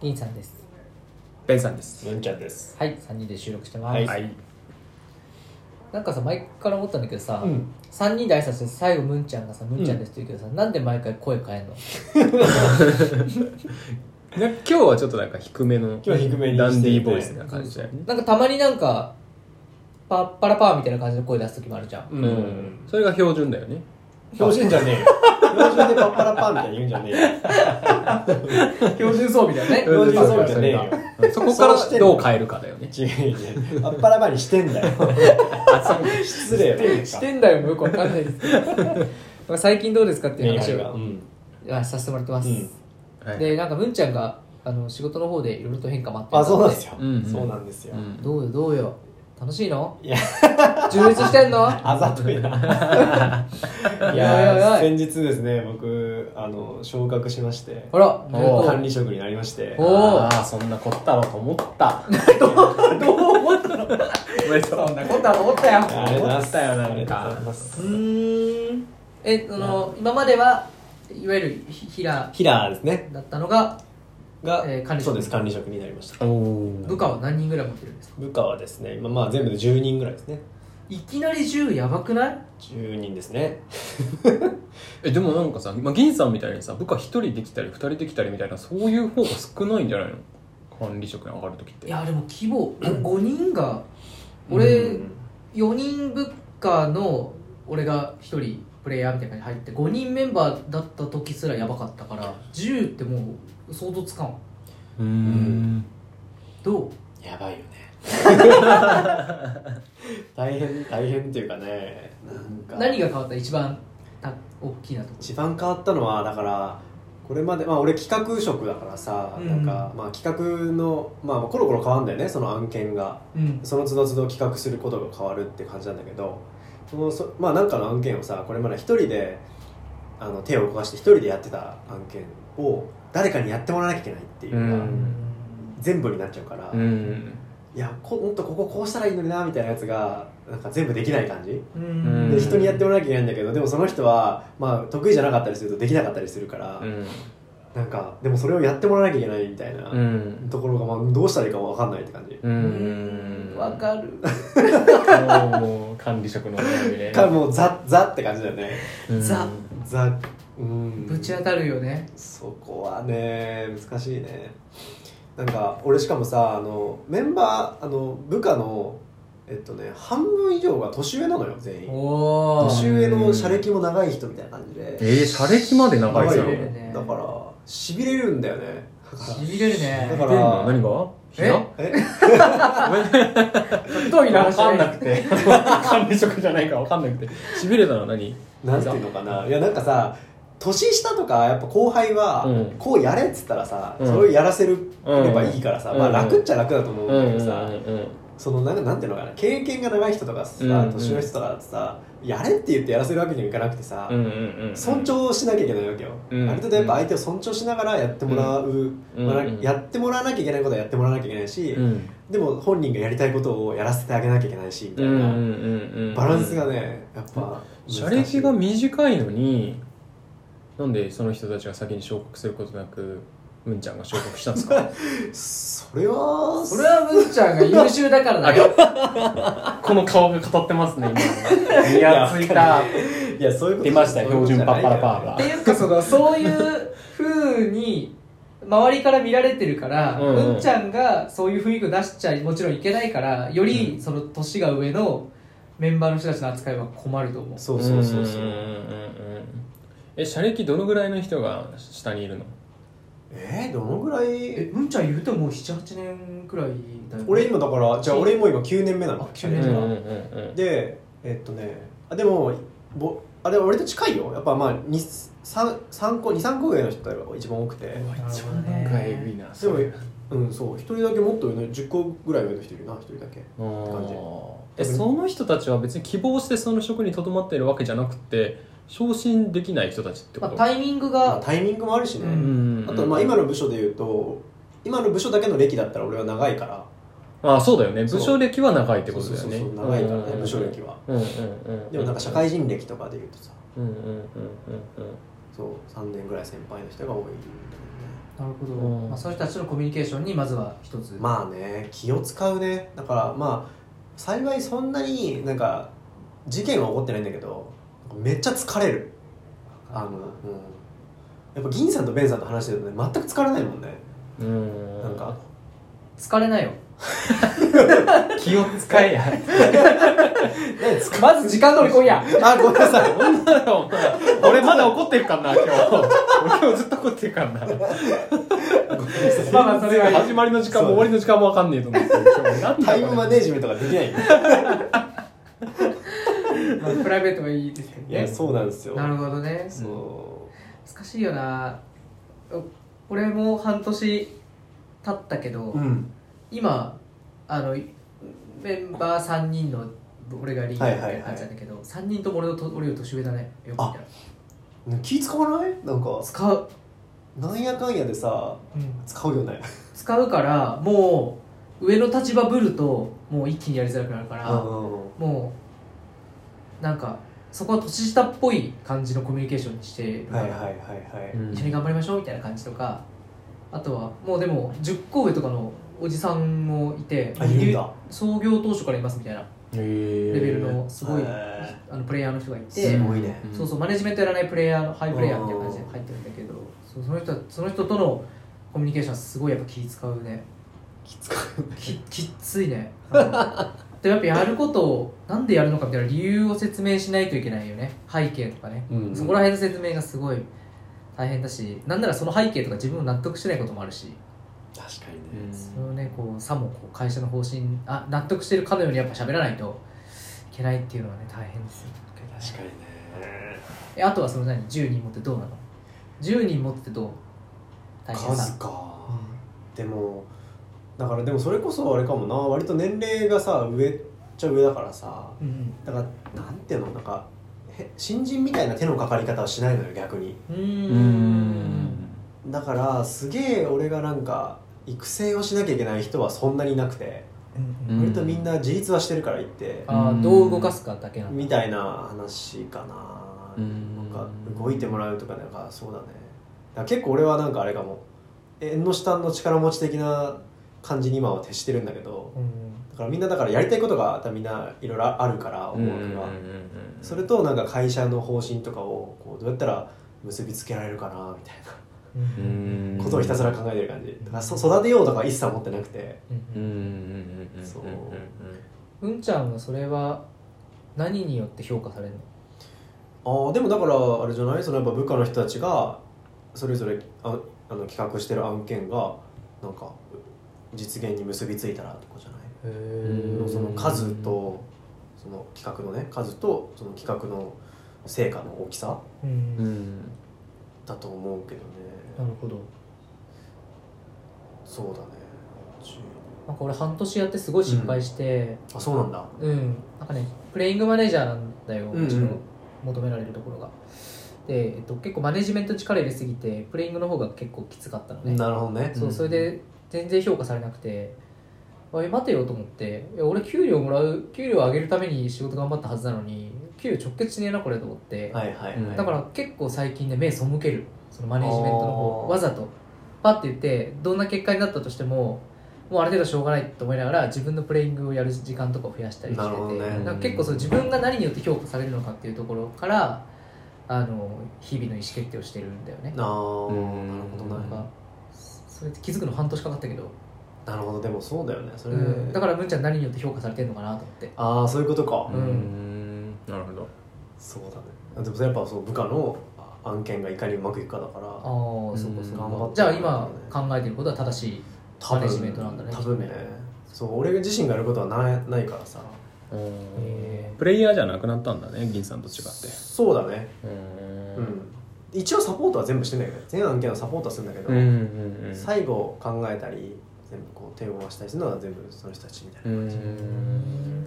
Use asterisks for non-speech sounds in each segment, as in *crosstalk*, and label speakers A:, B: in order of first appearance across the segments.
A: 銀さんです
B: ベンさんです。
C: 文ちゃんです
A: はい3人で収録してます、
C: はい
B: はい。
A: なんかさ前から思ったんだけどさ、
C: うん
A: 3人で挨拶して最後ムンちゃんがさ「ムンちゃんです」って言うけどさ、なんで毎回声変えんの
B: な今日はちょっとなんか低めの、
C: 今日は低めにして
B: ダンディーボイスな感じだよね。
A: なんかたまになんかパッパラパーみたいな感じの声出す時もあるじゃん、
B: うんん。それが標準だよね。
C: 標準じゃねえよ標準でパッパラパンみたいに言うんじゃねえよ
A: 標準装備だよね
C: 標準装備じゃねえよ
B: そこか
C: そうして
B: ら
C: ん
B: ど
C: の
B: う変えるかだよね。
C: 違う違うパッパラパンにしてんだよ失礼よ
A: してんだよもうよくわかんないですけどまあ最近どうですかっていう
C: メ
A: 話
C: ールがう
A: を
C: ん
A: あさせてもらってます、
C: うん
B: はい
A: でなんかムンちゃんがあの仕事の方でいろいろと変化待ってた
C: あそうなんですよ
B: うんうん
C: そうなんですよ
B: うん
A: どうよどうよ楽しいの
C: いや
A: 充実してん
C: *laughs*
A: の
C: あざといな
A: お
C: い
A: いおいお
C: や
A: い
C: 先日ですね僕あの昇格しまして
A: ほら
B: お
C: 管理職になりまして
A: おー
B: ああ、そんなこったろうと思った。
A: どう思ったの
B: おめでとう。
A: そんなことは思ったよ
C: ありがとうございます
B: 思ったよなんか
C: ありがとうございます
A: うーんえその今まではいわゆるひ平
C: キラーですね
A: だったのが
C: が、
A: えー管理職
C: そうです管理職になりました
B: おー
A: 部下は何人ぐらい持ってるんですか
C: 部下はですね今まあ全部で10人ぐらいですね
A: いきなり10やばくない
C: 10人ですね
B: えでもなんかさ、まあ、銀さんみたいにさ部下一人できたり二人できたりみたいなそういう方が少ないんじゃないの管理職に上がる時って
A: いやでも規模5人が俺
C: うん
A: 4人部下の俺が1人プレイヤーみたいな感じで入って5人メンバーだった時すらやばかったから10ってもう想像つかん
B: うーん
A: どう
C: やばいよね *laughs* 大変大変っていうかねなんか
A: 何が変わった一番た大きなとこ
C: 一番変わったのはだからこれまでまあ俺企画職だからさ、
A: うん
C: なんかまあ企画のまあコロコロ変わるんだよねその案件が
A: うん
C: その都度都度企画することが変わるって感じなんだけどそのそまあなんかの案件をさこれまで一人であの手を動かして一人でやってた案件を誰かにやってもらわなきゃいけないっていうのが、
B: うん
C: 全部になっちゃうから、
B: うん
C: いやこもっとこここうしたらいいのになみたいなやつがなんか全部できない感じ、
A: うん
B: うん
C: で人にやってもらわなきゃいけないんだけどでもその人は、まあ、得意じゃなかったりするとできなかったりするから、
B: うん
C: なんかでもそれをやってもらわなきゃいけないみたいな、
B: うん
C: ところが、まあ、どうしたらいいかも分かんないって感じ、
B: う
A: うんわかる
B: るもう管理職の悩みね
C: かもうザザって感じだよね
B: うん
A: ザ
C: ザうん
A: ぶち当たるよね
C: そこはね難しいねなんか俺しかもさあのメンバーあの部下のえっとね半分以上が年上なのよ全員
A: おお
C: 年上の社歴も長い人みたいな感じで
B: えー、社歴まで長いじゃん
A: 長い
B: え
A: よね
C: だからしびれるんだよね
A: しびれる
C: だ
A: ね
C: か
B: 何が
C: ら
A: え
B: 膝
C: え
A: 格闘技の話ね
B: くて *laughs* 管理職じゃないから分かんなくてしびれたのは何
C: *laughs* なんていうのかないやなんかさ年下とかやっぱ後輩は、
B: うん
C: こうやれっつったらさ、
B: うん
C: それをやらせればいいからさ、
B: うん
C: まあ楽っちゃ楽だと思うん
B: う
C: だ
B: ん
C: け
B: う
C: どさ、
B: ん
C: そのなんかなんていうのかな経験が長い人とかさ、
B: うんうん
C: 年上の人とかだとさやれって言ってやらせるわけにもいかなくてさ、
B: うんうんうん
C: 尊重しなきゃいけないわけよ、
B: うん
C: ある程度やっぱ相手を尊重しながらやってもらう、
B: うん
C: まあ
B: うん
C: やってもらわなきゃいけないことはやってもらわなきゃいけないし、
B: うん
C: でも本人がやりたいことをやらせてあげなきゃいけないしみた
B: う
C: い
B: んうん
C: な、
B: うんうん
C: バランスがねやっぱ
B: 社
C: 難しい
B: 歴が短いのになんでその人たちが先に昇格することなくうんちゃんが昇格したんです *laughs* か
C: それは
A: それはむーちゃんが優秀だからだよ
B: この顔が語ってますね今い
C: やついたいやそういうこ
B: 出
C: と
B: ましたよ
C: そういう
B: 標
C: こと
B: 準パッパラパー
C: じゃないんだよ
A: っ
B: が
A: ていうかそのそういう風に周りから見られてるから
B: うんうん
A: うんちゃんがそういう雰囲気を出しちゃもちろんいけないからよりその年が上のメンバーの人たちの扱いは困ると思う
C: そうそうそうそ
B: んんんう
C: う
B: んえ社歴どのぐらいの人が下にいるの
C: えー、どのぐらい
A: えうんちゃん言うても78年くらいだよね
C: 俺今だからじゃあ俺も今9年目な
A: あ
C: の
A: 九年
B: う
A: 目
B: んうん
A: だ
B: うん
C: でえっとねあでもぼあれ俺と近いよやっぱまあ23個23個上の人が一番多くて
A: なるほど
B: うん
A: ね
B: かえぐいな
C: でもうんそう一人だけもっと上の10個ぐらい上の人いるな一人だけ感じ
B: えその人たちは別に希望してその職にとどまっているわけじゃなくて昇進できない人たちってこ
A: まあ
B: と、
A: タイミング
C: まあ
A: が
C: タイミングもあるしね、
A: う
B: うんんうん
C: あとまあ今の部署で言うと今の部署だけの歴だったら俺は長いから
B: あそうだよね
C: そう
B: 部署歴は長いってことだよ
C: そう
B: ね
C: そうそう長いからね、
B: うん
C: 部署歴は
B: うんうんうん
C: でもなんか社会人歴とかで言うとさ
B: うんうんうんうんうん
C: そう3年ぐらい先輩の人が多いんだよね
A: なるほど、
B: うん
A: まあ、そういう人たちのコミュニケーションにまずは一つ、
C: まあね気を使うねだからまあ幸いそんなになんか事件は起こってないんだけどめっちゃ疲れるあの、うん、やっぱ銀さんとベンさんと話してるとね全く疲れないもんね
B: うん
C: なんか
A: 疲れないよ
B: 気を使えや
A: まず時間通り今夜
C: *laughs* あごめんなさい
B: なんだろう *laughs* な俺まだ怒ってるからな今日俺今日ずっと怒ってるからな
A: まあまあそれはいい
B: 始まりの時間も終わりの時間も分かんねえと思って今日なんだこれ
C: *laughs* タイムマネージメントができない
A: まあプライベートはいいですけど
C: い
A: ね
C: やそうなんですよ
A: なるほどね
C: そ
A: 難しいよなお俺も半年経ったけど、
C: ううん
A: 今あのメンバー3人の俺がリーダーみたいな感じなんだけど、3人とも俺のと俺より年上だねよく見たら
C: 気使わないなんか
A: 使う、
C: なんやかんやでさ
A: うん
C: 使うよね
A: 使うからもう上の立場ぶるともう一気にやりづらくなるから、
C: う
A: もうなんかそこは年下っぽい感じのコミュニケーションにしてる
C: ん
A: か
C: は
A: ら、
C: いはいはいはい、
B: うん
A: 一緒に頑張りましょうみたいな感じとかあとはもうでも10個上とかのおじさんもいて
C: あいるんだ
A: 創業当初からいますみたいな
B: レ
A: レベルのすごい、
C: へー
A: あのプレイヤーの人がいて、
C: すごいね
A: そうそうマネジメントやらないプレイヤーのハイプレイヤーみたいな感じで
C: うん
A: 入ってるんだけどそうその人その人とのコミュニケーションはすごいやっぱ気使うね
C: 気使う
A: ききっついねうんでもやっぱやることをなんでやるのかみたいな理由を説明しないといけないよね背景とかね、
C: うんうん
A: そこら辺の説明がすごい大変だしなんならその背景とか自分を納得しないこともあるし
C: 確かに
B: うん
A: それをねこうさもこう会社の方針あ納得してるかのようにやっぱ喋らないといけないっていうのはね大変ですよ
C: 確かにね
A: えあとはその何10人持ってどうなの10人持ってどう大変さ
C: 数かでもだからでもそれこそあれかもな割と年齢がさ上っちゃ上だからさ
A: うん
C: だからなんていうのなんかへ新人みたいな手のかかり方はしないのよ逆に
A: うんう
B: う
A: ーん
B: ん
C: だからすげえ俺がなんか育成をしなきゃいけない人はそんなにいなくて
A: うん
B: うん
C: 割とみんな自立はしてるから行って
A: あーどう動かすかだけなんだ
C: みたいな話かな
B: うん
C: なんか動いてもらうとかなんかそうだねだから結構俺はなんかあれかも縁の下の力持ち的な感じに今は徹してるんだけど
A: うん
C: だからみんなだからやりたいことがみんないろいろあるから
B: うん
C: 思
B: う
C: う
B: う
C: ん
B: んう
C: のが
B: ん
C: それとなんか会社の方針とかをこうどうやったら結びつけられるかなみたいな
A: う
B: うんん
C: ことをひたすら考えてる感じだからそ育てようとかは一切思ってなくて
B: うんうんうんうんうん
C: そう
A: うんちゃんはそれは何によって評価されるの
C: ああでもだからあれじゃないそのやっぱ部下の人たちがそれぞれああの企画してる案件がなんか実現に結びついたらとかじゃない
A: へ
B: う
C: の
B: ん
C: その数とその企画のね数とその企画の成果の大きさ
A: うん
B: うんう
A: なん
C: だと思うけどね
A: るほど
C: そうだね10
A: なんか俺半年やってすごい失敗して
C: あそうなんだ
A: うん、なんかねプレイングマネージャーなんだよ
C: うんうん
A: うちの求められるところがで、えっと、結構マネジメント力入れすぎてプレイングの方が結構きつかったのね
C: なるほどね
A: そううんそれで全然評価されなくてあえ待てよと思っていや俺給料もらう給料上げるために仕事頑張ったはずなのに給料直結しねえなこれと思って、
C: はいはいはい
A: だから結構最近ね目背けるそのマネジメントの
C: あ
A: 方
C: ー
A: わざとパッて言ってどんな結果になったとしてももうある程度しょうがないと思いながら自分のプレイングをやる時間とかを増やしたりして
C: なるほど
A: て、
C: ね
A: なんか結構その自分が何によって評価されるのかっていうところからあの日々の意思決定をしてるんだよね
C: あー
B: うん
C: なるほど
A: なん
C: ね
A: かそれって気づくの半年かかったけど、
C: なるほどでもそうだよねそれ
A: うん、だ
C: で
A: から文ちゃん何によって評価されてるのかなと思って
C: ああそういうことか
A: うん
B: うんなるほど
C: そうだねでもやっぱそう部下の案件がいかにうまくいくかだから
A: ああそこそ
C: 頑張っ
A: こ
C: て
A: じゃあ今考えてることは正しいマネジメントなんだね
C: 多分ねそう俺自身がやることはないないからさ
A: え
B: プレイヤーじゃなくなったんだね銀さんと違って
C: そうだね
B: う
C: うんん一応サポートは全部してんだけど全案件のサポートはするんだけど、
B: うんうんうん
C: 最後考えたり全部こう手を回したりするのは全部その人たちみたいな、
B: うん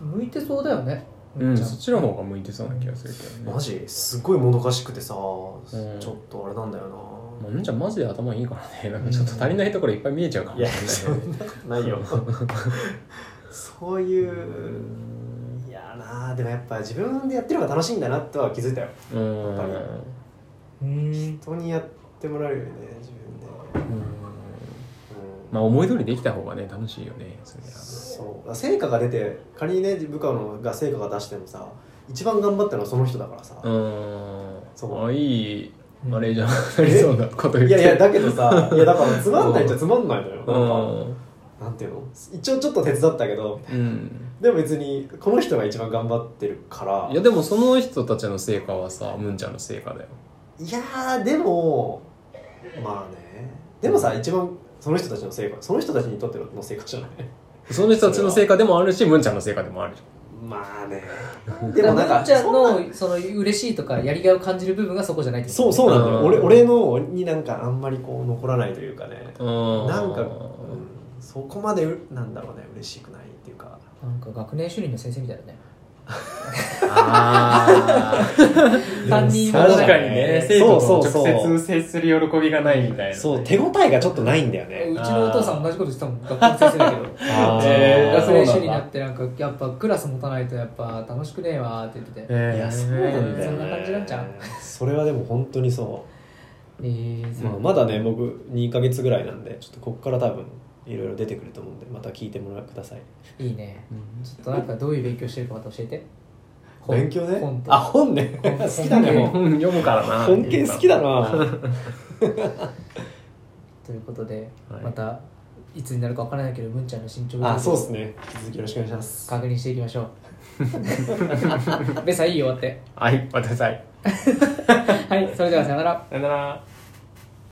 A: 向いてそうだよね
B: う
A: 文
B: ん
A: ちゃん
B: そっちの方が向いてそうな気がするけどね
C: マジすごいもどかしくてさ、
B: ん
C: ちょっとあれなんだよ
B: まあむんちゃんマジで頭いいからねなんかちょっと足りないところいっぱい見えちゃうか
C: な、
B: も
C: い
B: しれ
C: や
B: ないね
C: *laughs* そんなことないよそういう、いやーなーでもやっぱ自分でやってる方が楽しいんだなとは気づいたよ
B: うん
C: やっぱ
A: うん
C: 人にやっってもらうよりね自分で、うん
B: まあ思い通りできた方がね楽しいよねそれ
C: そう成果が出て仮にね部下のが成果が出してもさ一番頑張ったのはその人だからさ、
B: はう
C: そうん
B: あいいあれじゃんなりそうなこと言っ
C: い
B: て
C: やいやだけど *laughs* さいやだからつまんないっちゃつまんないのよ
B: う
C: なんか
B: ん
C: なんていうの一応ちょっと手伝ったけど
B: うん
C: でも別にこの人が一番頑張ってるから
B: いやでもその人たちの成果はさムンちゃんの成果だよ
C: いやーでもまあねでもさ一番その人たちの成果その人たちにとっての成果じゃない
B: その人たちの成果でもあるしムンちゃんの成果でもあるじ
C: まあね
A: で
C: *laughs* で
A: も
C: も
A: な
C: なんん
A: か
C: か
A: ちゃんのその嬉しいとかやりがいを感じる部分がそこじゃないってこと
C: そうそうなんだよ、
B: うん
C: 俺俺のになんかあんまりこう残らないというかね
B: ゃんうん
C: なんか、うんそこまでうなんだろうね嬉しくないっていうか
A: なんか学年主任の先生みたいだね
B: あー
A: 担任
C: そうだ
B: 確
C: ね
B: かにね生徒と直接接する喜びがないみたいな
C: そう手応えがちょっとないんだよ
A: う
C: ね
A: ちのお父さんも同じことしてたもん学校の先生だけど *laughs*
B: あー
A: えー学
B: そう
A: 年
B: な
A: 主
B: んだ
A: 任になってなんかやっぱクラス持たないとやっぱ楽しくねえわーって言ってて
B: えー
C: いやそうなんだよね
A: そんな感じになっちゃう
C: それはでも本当にそ
A: えー
C: う、
A: そう
C: まあ、まだね僕2ヶ月ぐらいなんでちょっとこっから多分いろいろ出てくると思うんでまた聞いてもらってください
A: いいね
B: うん
A: ちょっとなんかどういう勉強してるかまた教えて本
C: 勉強ね
A: 本と
C: あ本ね
A: 本
C: 好きだね本
B: 本読むからな
C: *laughs* 本系好きだ *laughs* な
A: ということで、
B: はい
A: またいつになるかわからないけど文ちゃんの身長
C: あそうですね引き続きよろしくお願いします
A: 確認していきましょう *laughs* ベサいいよ終わって
B: はい、お手伝い。
A: はいそれではさよなら
B: さよなら。